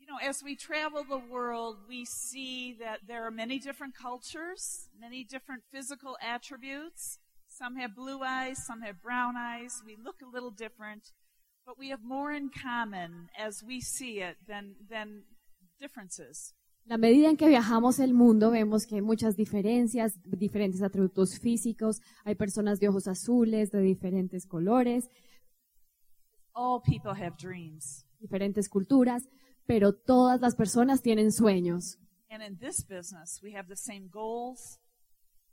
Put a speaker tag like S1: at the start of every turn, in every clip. S1: You know, as we travel the world, we see that there are many different cultures, many different physical attributes. Some have blue eyes, some have brown eyes. We look a little different, but we have more in common as we see it than, than differences.
S2: La medida en que viajamos el mundo vemos que hay muchas diferencias, diferentes atributos físicos, hay personas de ojos azules, de diferentes colores,
S1: All people have dreams.
S2: diferentes culturas, pero todas las personas tienen sueños.
S1: And in this business, we have the same goals,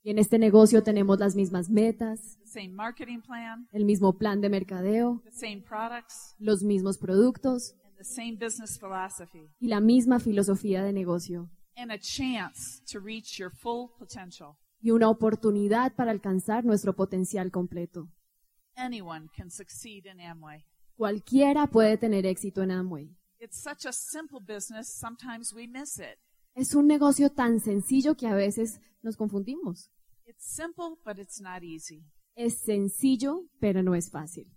S2: Y en este negocio tenemos las mismas metas,
S1: the same marketing plan,
S2: el mismo plan de mercadeo,
S1: the same products,
S2: los mismos productos
S1: and the same business philosophy.
S2: y la misma filosofía de negocio
S1: and a chance to reach your full potential.
S2: y una oportunidad para alcanzar nuestro potencial completo.
S1: Anyone can succeed in Amway.
S2: Cualquiera puede tener éxito en Amway.
S1: It's such a simple business, sometimes we miss it.
S2: Es un negocio tan sencillo que a veces nos confundimos.
S1: It's simple, but it's not easy.
S2: Es sencillo, pero no es fácil.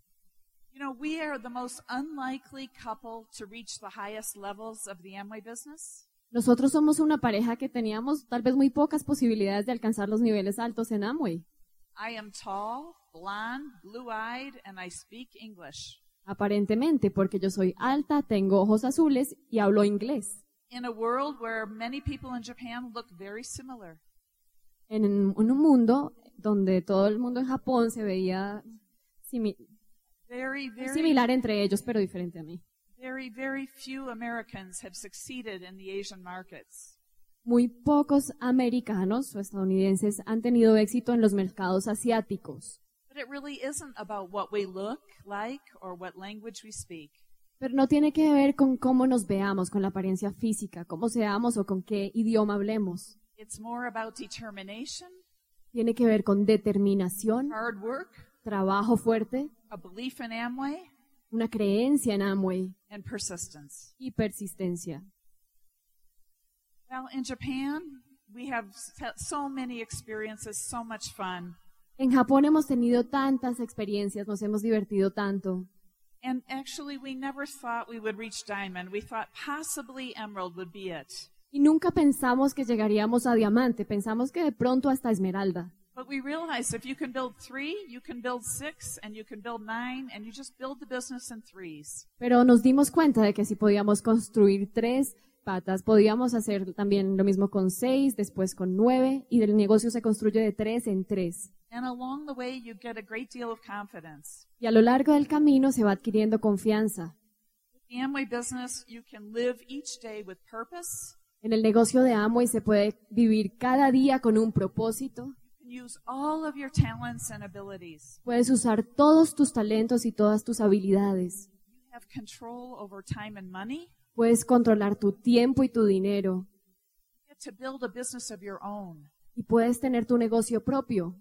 S1: You know, we are the most unlikely couple to reach the highest levels of the Amway business.
S2: Nosotros somos una pareja que teníamos tal vez muy pocas posibilidades de alcanzar los niveles altos en Amway.
S1: I am tall, blonde, blue eyed, and I speak English.
S2: Aparentemente, porque yo soy alta, tengo ojos azules y hablo inglés.
S1: In a world where many people in Japan look very similar,
S2: En un un mundo donde todo el mundo en Japón se veía simi-
S1: very, very,
S2: similar entre ellos, pero diferente a mí.
S1: very, very few Americans have succeeded in the Asian markets.
S2: Muy pocos americanos o estadounidenses han tenido éxito en los mercados asiáticos.
S1: But it really isn't about what we look like or what language we speak.
S2: Pero no tiene que ver con cómo nos veamos, con la apariencia física, cómo seamos o con qué idioma hablemos.
S1: It's more about determination,
S2: Tiene que ver con determinación,
S1: hard work,
S2: trabajo fuerte,
S1: a belief in Amway,
S2: una creencia en Amway
S1: and persistence.
S2: y persistencia.
S1: Well, in Japan, we have s- so many experiences, so much fun.
S2: En Japón hemos tenido tantas experiencias, nos hemos divertido tanto.
S1: And actually, we never thought we would reach Diamond. We thought possibly Emerald would be it.
S2: Y nunca pensamos que llegaríamos a diamante, pensamos que de pronto hasta esmeralda.
S1: But we realized if you can build three, you can build six, and you can build nine, and you just build the business in threes.
S2: Pero nos dimos cuenta de que si podíamos construir tres patas, podíamos hacer también lo mismo con seis, después con nueve, y el negocio se construye de tres en tres.
S1: And along the way, you get a great deal of confidence.
S2: Y a lo largo del camino se va adquiriendo confianza.
S1: The Amway business, you can live each day with purpose.
S2: En el negocio de Amway se puede vivir cada día con un propósito.
S1: You can use all of your talents and abilities.
S2: Puedes usar todos tus talentos y todas tus habilidades.
S1: You have control over time and money.
S2: Puedes controlar tu tiempo y tu dinero.
S1: You get to build a business of your own.
S2: Y puedes tener tu negocio propio.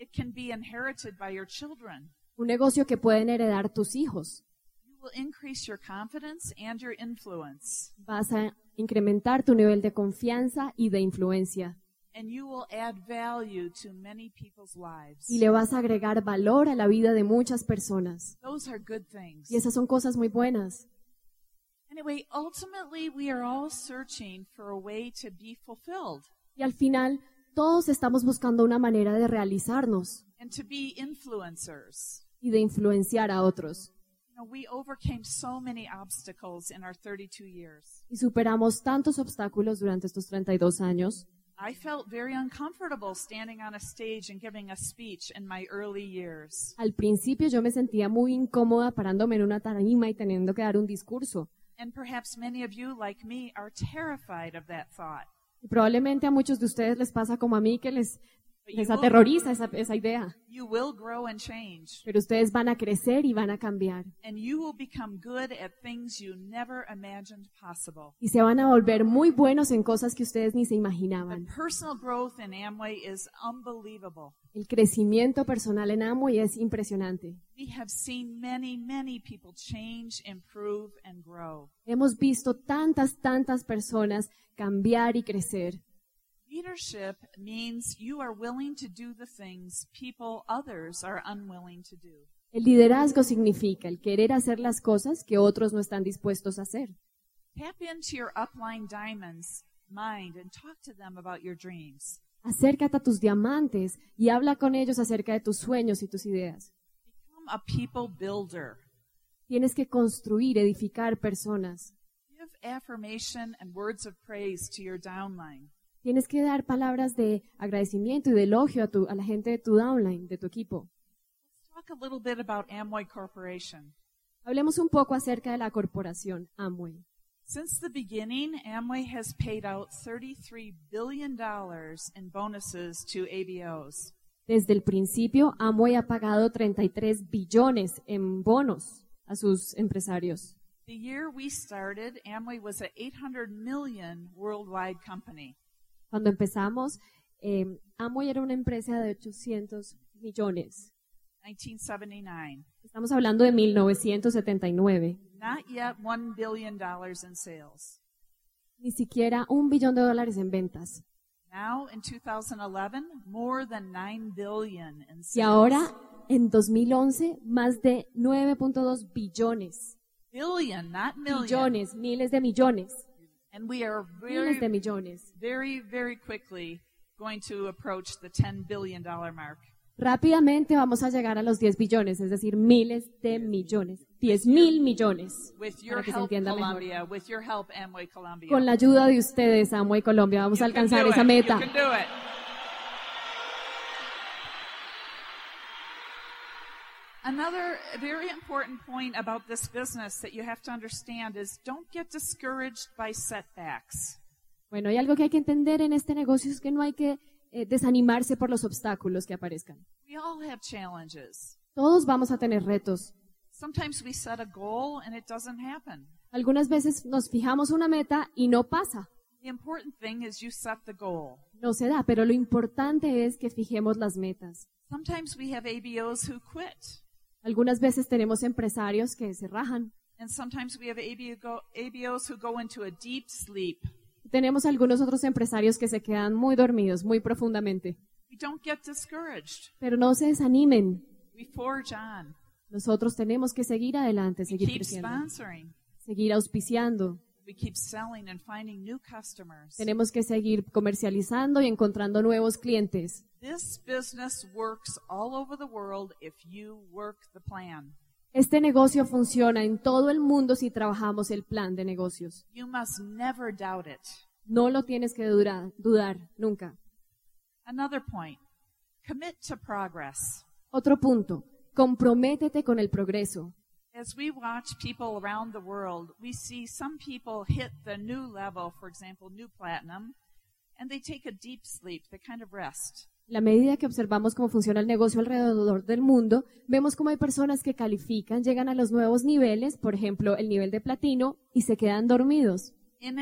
S1: It can be inherited by your children.
S2: Un negocio que pueden heredar tus hijos.
S1: You will increase your confidence and your influence,
S2: Vas a incrementar tu nivel de confianza y de influencia.
S1: and you will add value to many people's lives.
S2: Y le vas a agregar valor a la vida de muchas personas.
S1: Those are good things.
S2: Y esas son cosas muy buenas.
S1: Anyway, ultimately, we are all searching for a way to be fulfilled
S2: Y al final, todos estamos buscando una manera de realizarnos.
S1: and to be influencers.
S2: y de influenciar a otros.
S1: You know, we overcame so many obstacles in our 32 years.
S2: Y superamos tantos obstáculos durante estos 32 años.
S1: I felt very uncomfortable standing on a stage and giving a speech in my early years.
S2: Al principio yo me sentía muy incómoda parándome en una tarima y teniendo que dar un discurso.
S1: And perhaps many of you, like me, are terrified of that thought.
S2: Y probablemente a muchos de ustedes les pasa como a mí que les
S1: But you
S2: Les
S1: will,
S2: aterroriza esa, esa idea.
S1: you will grow and change.
S2: Pero ustedes van a crecer y van a cambiar.
S1: And you will become good at things you never imagined possible.
S2: Y se van a volver muy buenos en cosas que ustedes ni se
S1: But
S2: imaginaban.
S1: personal growth in Amway is unbelievable.
S2: El crecimiento personal en Amway es impresionante.
S1: We have seen many, many people change, improve, and grow.
S2: Hemos visto tantas, tantas personas cambiar y crecer.
S1: Leadership means you are willing to do the things people, others, are unwilling to do.
S2: El liderazgo significa el querer hacer las cosas que otros no están dispuestos a hacer.
S1: Tap into your upline diamonds mind and talk to them about your dreams.
S2: Acércate a tus diamantes y habla con ellos acerca de tus sueños y tus ideas.
S1: Become a people builder.
S2: Tienes que construir, edificar personas.
S1: Give affirmation and words of praise to your downline.
S2: Tienes que dar palabras de agradecimiento y de elogio a, tu, a la gente de tu downline, de tu equipo.
S1: Let's talk a little bit about Amway Corporation.
S2: Hablemos un poco acerca de la corporación Amway.
S1: Since the beginning, Amway has paid out $33 billion in bonuses to ABOs.
S2: Desde el principio, Amway ha pagado 33 billones en bonos a sus empresarios.
S1: The year we started, Amway was a 800 million worldwide company.
S2: Cuando empezamos, eh, Amway era una empresa de 800 millones.
S1: 1979.
S2: Estamos hablando de 1979.
S1: Not yet $1 billion in sales.
S2: Ni siquiera un billón de dólares en ventas.
S1: Now, in 2011, more than 9 billion in sales.
S2: Y ahora, en 2011, más de 9.2 billones.
S1: billion, not million.
S2: Millones, miles de millones.
S1: And we are
S2: Miles
S1: very,
S2: de millones.
S1: very, very quickly going to approach the $10 billion mark.
S2: Rápidamente vamos a llegar a los 10 billones, es decir, miles de millones. 10 mil millones.
S1: With your
S2: Para que se
S1: help,
S2: entienda mejor.
S1: Colombia. With your help, Amway Colombia.
S2: Con la ayuda de ustedes, Amway Colombia, vamos a
S1: You can
S2: alcanzar
S1: do
S2: esa
S1: it.
S2: meta.
S1: You can do it. Another very important point about this business that you have to understand is don't get discouraged by setbacks.
S2: Bueno, hay algo que hay que entender en este negocio es que no hay que eh, desanimarse por los obstáculos que aparezcan.
S1: We all have challenges.
S2: Todos vamos a tener retos.
S1: Sometimes we set a goal and it doesn't happen.
S2: Algunas veces nos fijamos una meta y no pasa,
S1: The important thing is you set the goal.
S2: no se da, pero lo importante es que fijemos las metas.
S1: Sometimes we have ABOs who quit,
S2: Algunas veces tenemos empresarios que se rajan.
S1: and sometimes we have ABO, ABOs who go into a deep sleep.
S2: Tenemos algunos otros empresarios que se quedan muy dormidos, muy profundamente.
S1: We don't get discouraged.
S2: Pero no se desanimen.
S1: We forge on.
S2: Nosotros tenemos que seguir adelante,
S1: We
S2: seguir
S1: keep
S2: creciendo,
S1: sponsoring.
S2: seguir auspiciando.
S1: We keep selling and finding new customers.
S2: Tenemos que seguir comercializando y encontrando nuevos clientes.
S1: This business works all over the world if you work the plan.
S2: Este negocio funciona en todo el mundo si trabajamos el plan de negocios.
S1: You must never doubt it.
S2: No lo tienes que dura- dudar nunca.
S1: Another point commit to progress.
S2: Otro punto, comprométete con el progreso.
S1: As we watch people around the world, we see some people hit the new level, for example, new platinum, and they take a deep sleep. They kind of rest.
S2: La medida que observamos cómo funciona el negocio alrededor del mundo, vemos cómo hay personas que califican, llegan a los nuevos niveles, por ejemplo, el nivel de platino, y se quedan dormidos.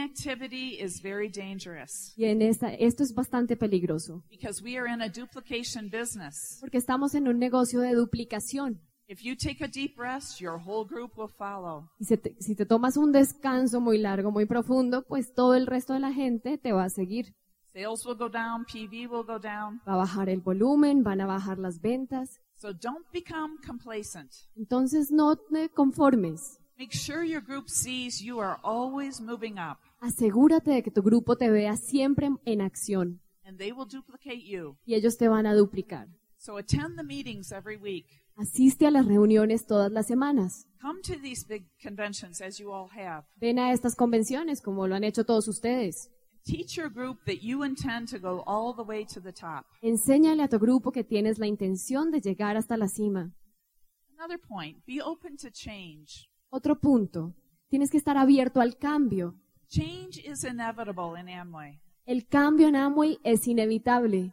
S1: Inactivity is very dangerous
S2: Y en esta, esto es bastante peligroso,
S1: because we are in a duplication business.
S2: porque estamos en un negocio de duplicación.
S1: If you take a deep rest, your whole group will follow.
S2: Y se te- si te tomas un descanso muy largo, muy profundo, pues todo el resto de la gente te va a seguir.
S1: Sales will go down, PV will go down.
S2: Va a bajar el volumen, van a bajar las ventas.
S1: So don't become complacent.
S2: Entonces no te conformes.
S1: Make sure your group sees you are always moving up
S2: Asegúrate de que tu grupo te vea siempre en acción
S1: and they will duplicate you.
S2: y ellos te van a duplicar.
S1: So attend the meetings every week.
S2: Asiste a las reuniones todas las semanas.
S1: Come to these big conventions as you all have.
S2: Ven a estas convenciones como lo han hecho todos ustedes.
S1: Teach your group that you intend to go all the way to the top.
S2: Enséñale a tu grupo que tienes la intención de llegar hasta la cima.
S1: Another point, be open to change.
S2: Otro punto, tienes que estar abierto al cambio.
S1: Change is inevitable in Amway.
S2: El cambio en Amway es inevitable.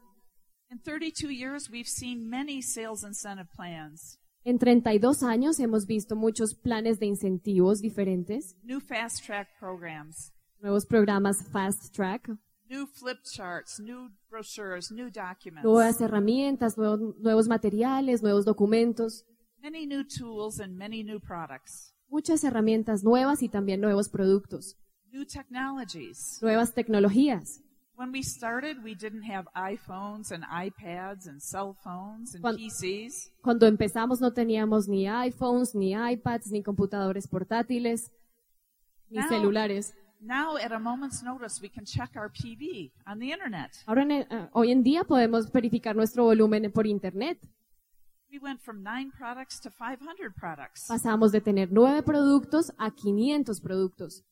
S1: In 32 years, we've seen many sales incentive plans,
S2: En 32 años hemos visto muchos planes de incentivos diferentes,
S1: new fast track programs,
S2: nuevos programas Fast Track,
S1: new flip charts, new brochures, new documents,
S2: nuevas herramientas, nuevos, nuevos materiales, nuevos documentos,
S1: many new tools, and many new products,
S2: muchas herramientas nuevas y también nuevos productos,
S1: new technologies.
S2: nuevas tecnologías.
S1: When we started, we didn't have iPhones and iPads and cell phones and
S2: Cuan-
S1: PCs.
S2: Cuando empezamos no teníamos ni iPhones, ni iPads, ni computadores portátiles, ni
S1: Now-
S2: celulares.
S1: Now, at a moment's notice, we can check our PV on the internet.
S2: Ahora en el- ah, hoy en día podemos verificar nuestro volumen por internet.
S1: We went from nine products to 500 products.
S2: Pasamos de tener nueve productos a 500 productos.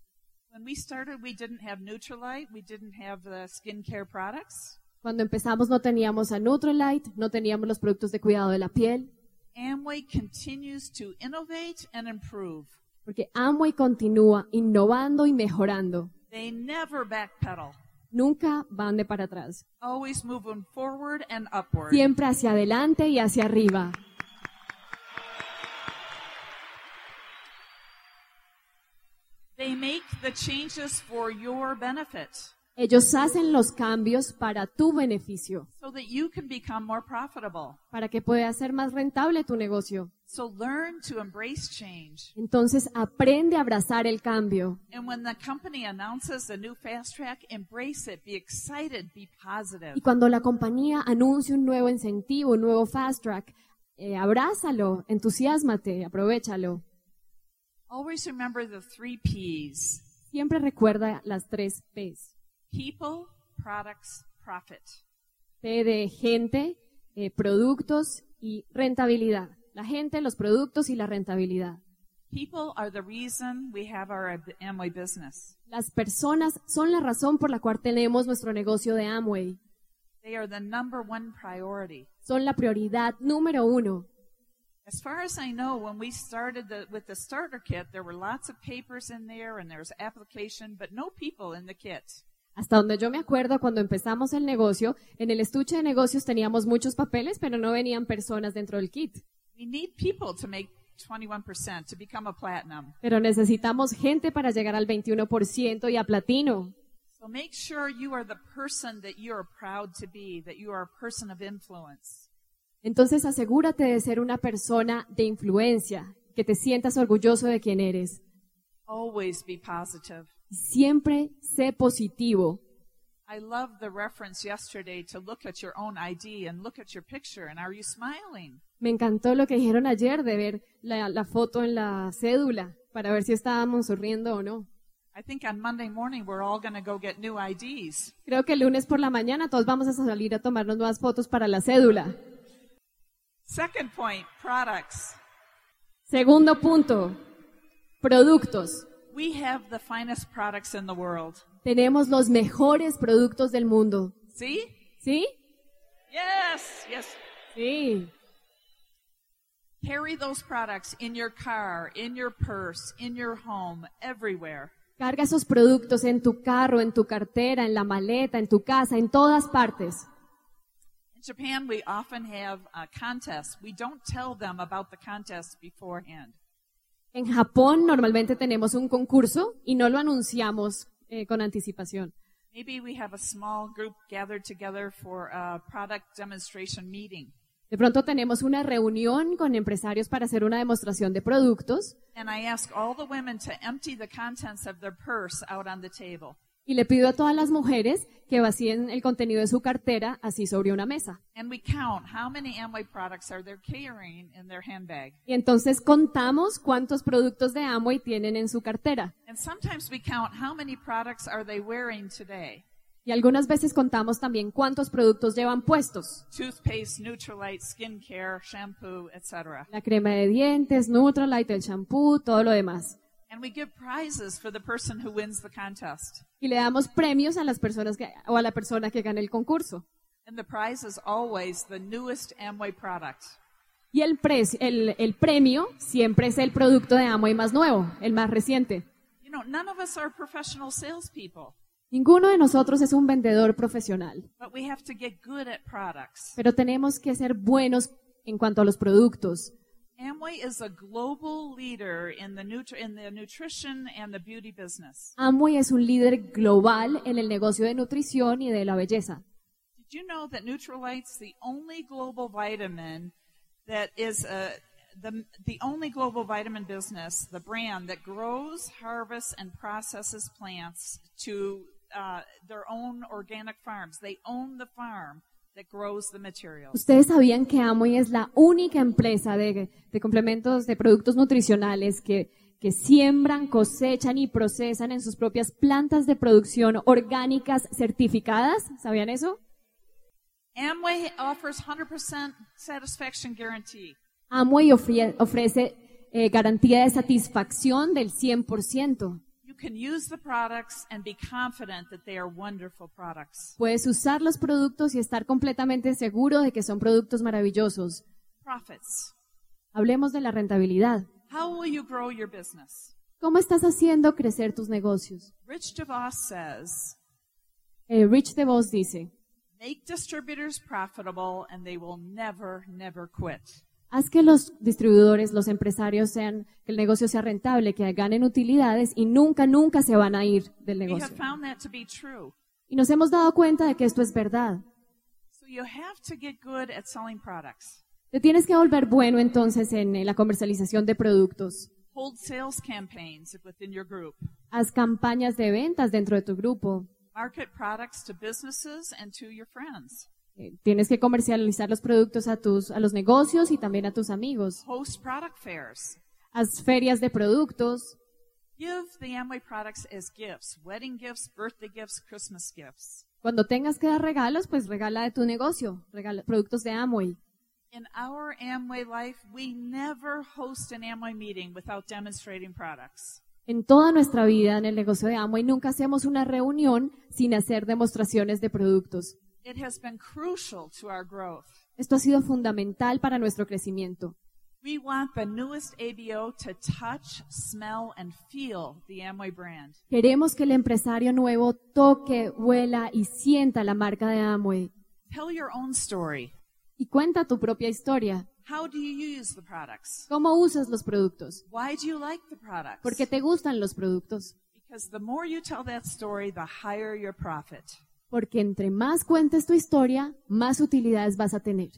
S1: When we started, we didn't have Nutrilite, we didn't have the skincare products,
S2: Cuando empezamos no teníamos a Nutrilite, no teníamos los productos de cuidado de la piel,
S1: Amway continues to innovate and improve.
S2: porque Amway continúa innovando y mejorando.
S1: They never backpedal,
S2: Nunca van de para atrás,
S1: always moving forward and upward.
S2: siempre hacia adelante y hacia arriba.
S1: They make the changes for your benefit
S2: Ellos hacen los cambios para tu beneficio,
S1: so that you can become more profitable.
S2: para que pueda ser más rentable tu negocio.
S1: So learn to embrace change.
S2: Entonces aprende a abrazar el cambio.
S1: And when the company announces a new fast track, embrace it, be excited, be positive.
S2: Y cuando la compañía anuncie un nuevo incentivo, un nuevo fast track, eh, abrázalo, entusiásmate, aprovechalo.
S1: Always remember the three P's
S2: Siempre recuerda las tres P's.
S1: people, products, profit.
S2: P de gente, eh, productos y rentabilidad. La gente, los productos y la rentabilidad.
S1: People are the reason we have our Ab- Amway business.
S2: Las personas son la razón por la cual tenemos nuestro negocio de Amway.
S1: They are the number one priority.
S2: Son la prioridad número uno.
S1: As far as I know, when we started the, with the starter kit, there were lots of papers in there and there was application, but no people in the kit.
S2: Hasta donde yo me acuerdo, cuando empezamos el negocio, en el estuche de negocios teníamos muchos papeles, pero no venían personas dentro del kit.
S1: We need people to make 21% to become a platinum.
S2: Pero necesitamos gente para llegar al 21% y a platino.
S1: So make sure you are the person that you are proud to be, that you are a person of influence.
S2: Entonces asegúrate de ser una persona de influencia, que te sientas orgulloso de quien eres.
S1: Always be positive.
S2: Siempre sé positivo.
S1: I love the reference yesterday to look at your own ID and look at your picture and are you smiling?
S2: Me encantó lo que dijeron ayer de ver la, la foto en la cédula para ver si estábamos sonriendo o no.
S1: I think on Monday morning we're all going to go get new IDs.
S2: Creo que el lunes por la mañana todos vamos a salir a tomarnos nuevas fotos para la cédula.
S1: Second point, products.
S2: Segundo punto, productos.
S1: We have the finest products in the world.
S2: Tenemos los mejores productos del mundo.
S1: See?
S2: ¿Sí?
S1: Yes, yes.
S2: Sí.
S1: Carry those products in your car, in your purse, in your home, everywhere.
S2: Carga esos productos en tu carro, en tu cartera, en la maleta, en tu casa, en todas partes.
S1: In Japan, we often have uh, contests. We don't tell them about the contest beforehand.
S2: En Japón normalmente tenemos un concurso y no lo anunciamos eh, con anticipación.
S1: Maybe we have a small group gathered together for a product demonstration meeting.
S2: De pronto tenemos una reunión con empresarios para hacer una demostración de productos
S1: And I ask all the women to empty the contents of their purse out on the table.
S2: y le pido a todas las mujeres que vacíen el contenido de su cartera así sobre una mesa.
S1: And we count how many Amway products are they carrying in their handbag.
S2: Y entonces contamos cuántos productos de Amway tienen en su cartera.
S1: And sometimes we count how many products are they wearing today.
S2: Y algunas veces contamos también cuántos productos llevan puestos.
S1: Toothpaste, Nutrilite, skincare, shampoo, etc.
S2: La crema de dientes, Nutrilite, el shampoo, todo lo demás.
S1: And we give prizes for the person who wins the contest.
S2: Y le damos premios a las personas que, o a la persona que gane el concurso.
S1: And the prize is always the newest Amway product.
S2: Y el, pre- el, el premio siempre es el producto de Amway más nuevo, el más reciente.
S1: You know, none of us are professional salespeople.
S2: Ninguno de nosotros es un vendedor profesional,
S1: but we have to get good at products.
S2: pero tenemos que ser buenos en cuanto a los productos.
S1: Amway is a global leader in the, nutri- in the nutrition and the beauty business.
S2: Amway es un líder global en el negocio de nutrición y de la belleza.
S1: Did you know that Neutralite's the only global vitamin that is uh the, the only global vitamin business, the brand that grows, harvests, and processes plants to uh, their own organic farms? They own the farm that grows the materials.
S2: Ustedes sabían que Amway es la única empresa de, de complementos de productos nutricionales que, que siembran, cosechan y procesan en sus propias plantas de producción orgánicas certificadas. ¿Sabían eso?
S1: Amway offers 100% satisfaction guarantee.
S2: Amway ofrie- ofrece eh, garantía de satisfacción del 100%.
S1: You can use the products and be confident that they are wonderful products.
S2: Puedes usar los productos y estar completamente seguro de que son productos maravillosos.
S1: Profits.
S2: Hablemos de la rentabilidad.
S1: How will you grow your business?
S2: ¿Cómo estás haciendo crecer tus negocios?
S1: Rich DeVos says,
S2: Eh, Rich DeVos dice,
S1: make distributors profitable and they will never, never quit.
S2: Haz que los distribuidores, los empresarios sean, que el negocio sea rentable, que ganen utilidades y nunca, nunca se van a ir del
S1: We
S2: negocio.
S1: have found that to be true.
S2: Y nos hemos dado cuenta de que esto es verdad.
S1: So you have to get good at selling products.
S2: Te tienes que volver bueno entonces en eh, la comercialización de productos.
S1: Hold sales campaigns within your group.
S2: Haz campañas de ventas dentro de tu grupo.
S1: Market products to businesses and to your friends.
S2: Eh, Tienes que comercializar los productos a tus, a los negocios y también a tus amigos.
S1: Host product fairs.
S2: Haz ferias de productos.
S1: Give the Amway products as gifts, wedding gifts, birthday gifts, Christmas gifts.
S2: Cuando tengas que dar regalos, pues regala de tu negocio, regala productos de Amway.
S1: In our Amway life, we never host an Amway meeting without demonstrating products.
S2: En toda nuestra vida en el negocio de Amway nunca hacemos una reunión sin hacer demostraciones de productos.
S1: It has been crucial to our growth.
S2: Esto ha sido fundamental para nuestro crecimiento.
S1: We want the newest ABO to touch, smell, and feel the Amway brand.
S2: Queremos que el empresario nuevo toque, huela y sienta la marca de Amway
S1: Tell your own story.
S2: y cuenta tu propia historia.
S1: How do you use the products?
S2: ¿Cómo usas los productos?
S1: Why do you like the products?
S2: ¿Por qué te gustan los productos?
S1: because the more you tell that story, the higher your profit.
S2: Porque entre más cuentes tu historia, más utilidades vas a tener.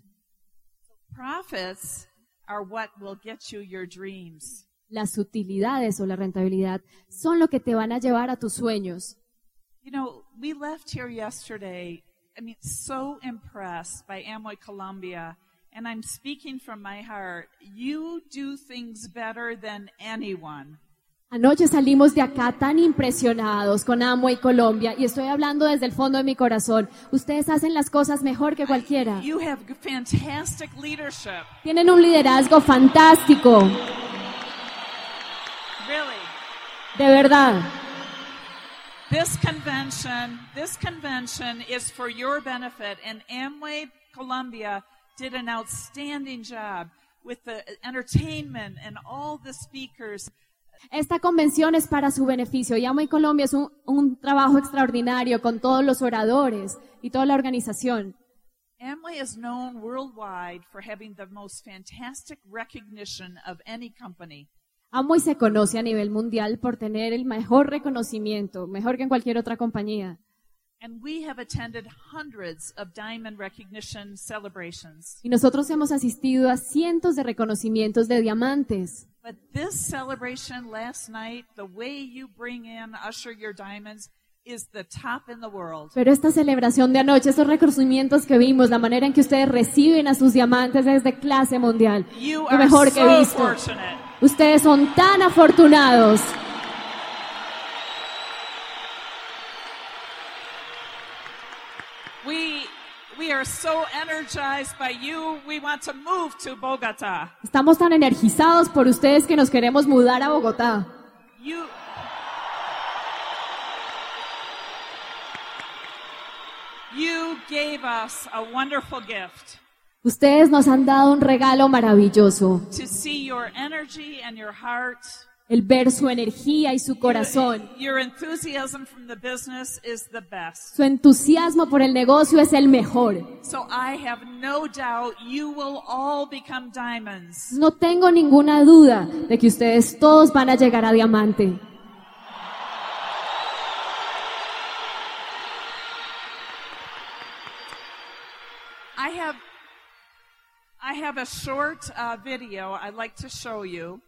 S1: Profits are what will get you your dreams.
S2: Las utilidades o la rentabilidad son lo que te van a llevar a tus sueños.
S1: You know, we left here yesterday, I mean, so impressed by Amway Columbia, and I'm speaking from my heart. You do things better than anyone.
S2: Anoche salimos de acá tan impresionados con Amway Colombia y estoy hablando desde el fondo de mi corazón. Ustedes hacen las cosas mejor que cualquiera.
S1: You have fantastic leadership,
S2: Tienen un liderazgo fantástico,
S1: really.
S2: de verdad.
S1: This convention, this convention is for your benefit, and Amway Columbia did an outstanding job with the entertainment and all the speakers.
S2: Esta convención es para su beneficio y Amway Colombia es un, un trabajo extraordinario con todos los oradores y toda la organización.
S1: Amway is known worldwide for having the most fantastic recognition of any company.
S2: Amway se conoce a nivel mundial por tener el mejor reconocimiento, mejor que en cualquier otra compañía.
S1: And we have attended hundreds of diamond recognition celebrations.
S2: Y nosotros hemos asistido a cientos de reconocimientos de diamantes.
S1: But this celebration last night, the way you bring in, usher your diamonds, is the top in the world.
S2: Pero esta celebración de anoche, esos reconocimientos que vimos, la manera en que ustedes reciben a sus diamantes es de clase mundial.
S1: You
S2: Lo
S1: are
S2: mejor que he
S1: so
S2: visto.
S1: fortunate.
S2: Ustedes son tan afortunados.
S1: We we are so energized by you. We want to move to Bogota.
S2: Estamos tan energizados por ustedes que nos queremos mudar a Bogotá.
S1: You You gave us a wonderful gift
S2: Ustedes nos han dado un regalo maravilloso.
S1: to see your energy and your heart.
S2: el ver su energía y su corazón.
S1: Your enthusiasm from the business is the best.
S2: Su entusiasmo por el negocio es el mejor.
S1: So I have no doubt you will all become diamonds.
S2: No tengo ninguna duda de que ustedes todos van a llegar a diamante.
S1: I have, I have a short uh, video I'd like to show you.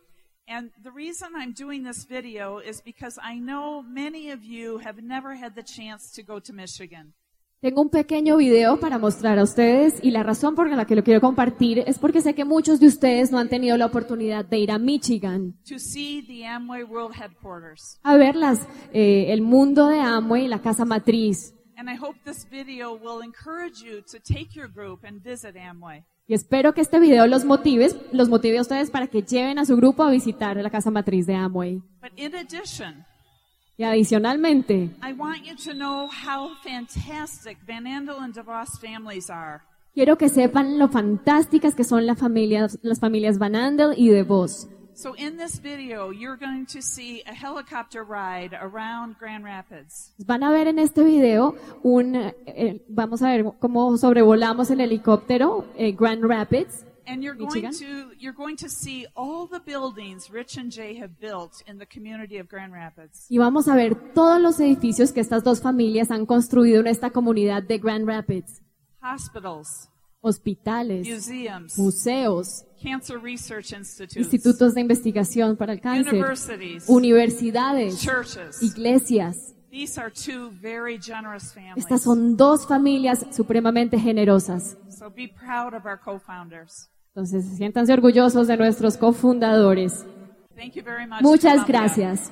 S1: And the reason I'm doing this video is because I know many of you have never had the chance to go to Michigan.
S2: Tengo un pequeño video para mostrar a ustedes y la razón por la que lo quiero compartir es porque sé que muchos de ustedes no han tenido la oportunidad de ir a Michigan
S1: to see the Amway World Headquarters.
S2: a ver las, eh, el mundo de Amway y la casa matriz.
S1: And I hope this video will encourage you to take your group and visit Amway.
S2: Y espero que este video los motive, los motive a ustedes para que lleven a su grupo a visitar la casa matriz de Amway.
S1: But in addition,
S2: Y adicionalmente,
S1: I want you to know how fantastic Van Andel and DeVos families are.
S2: quiero que sepan lo fantásticas que son las familias, las familias Van Andel y de Vos.
S1: So in this video, you're going to see a helicopter ride around Grand Rapids.
S2: Van a ver en este video un, eh, eh, vamos a ver cómo sobrevolamos el helicóptero eh, Grand Rapids.
S1: And you're going
S2: Michigan?
S1: to you're going to see all the buildings Rich and Jay have built in the community of Grand Rapids.
S2: Y vamos a ver todos los edificios que estas dos familias han construido en esta comunidad de Grand Rapids.
S1: Hospitals,
S2: Hospitales,
S1: museums,
S2: museos,
S1: cancer research institutes,
S2: institutos de investigación para el cáncer,
S1: universities,
S2: universidades,
S1: churches.
S2: iglesias.
S1: These are two very generous families.
S2: Estas son dos familias supremamente generosas.
S1: So be proud of our co-founders.
S2: Entonces, siéntanse orgullosos de nuestros cofundadores.
S1: Thank you very much.
S2: Muchas
S1: Colombia.
S2: gracias.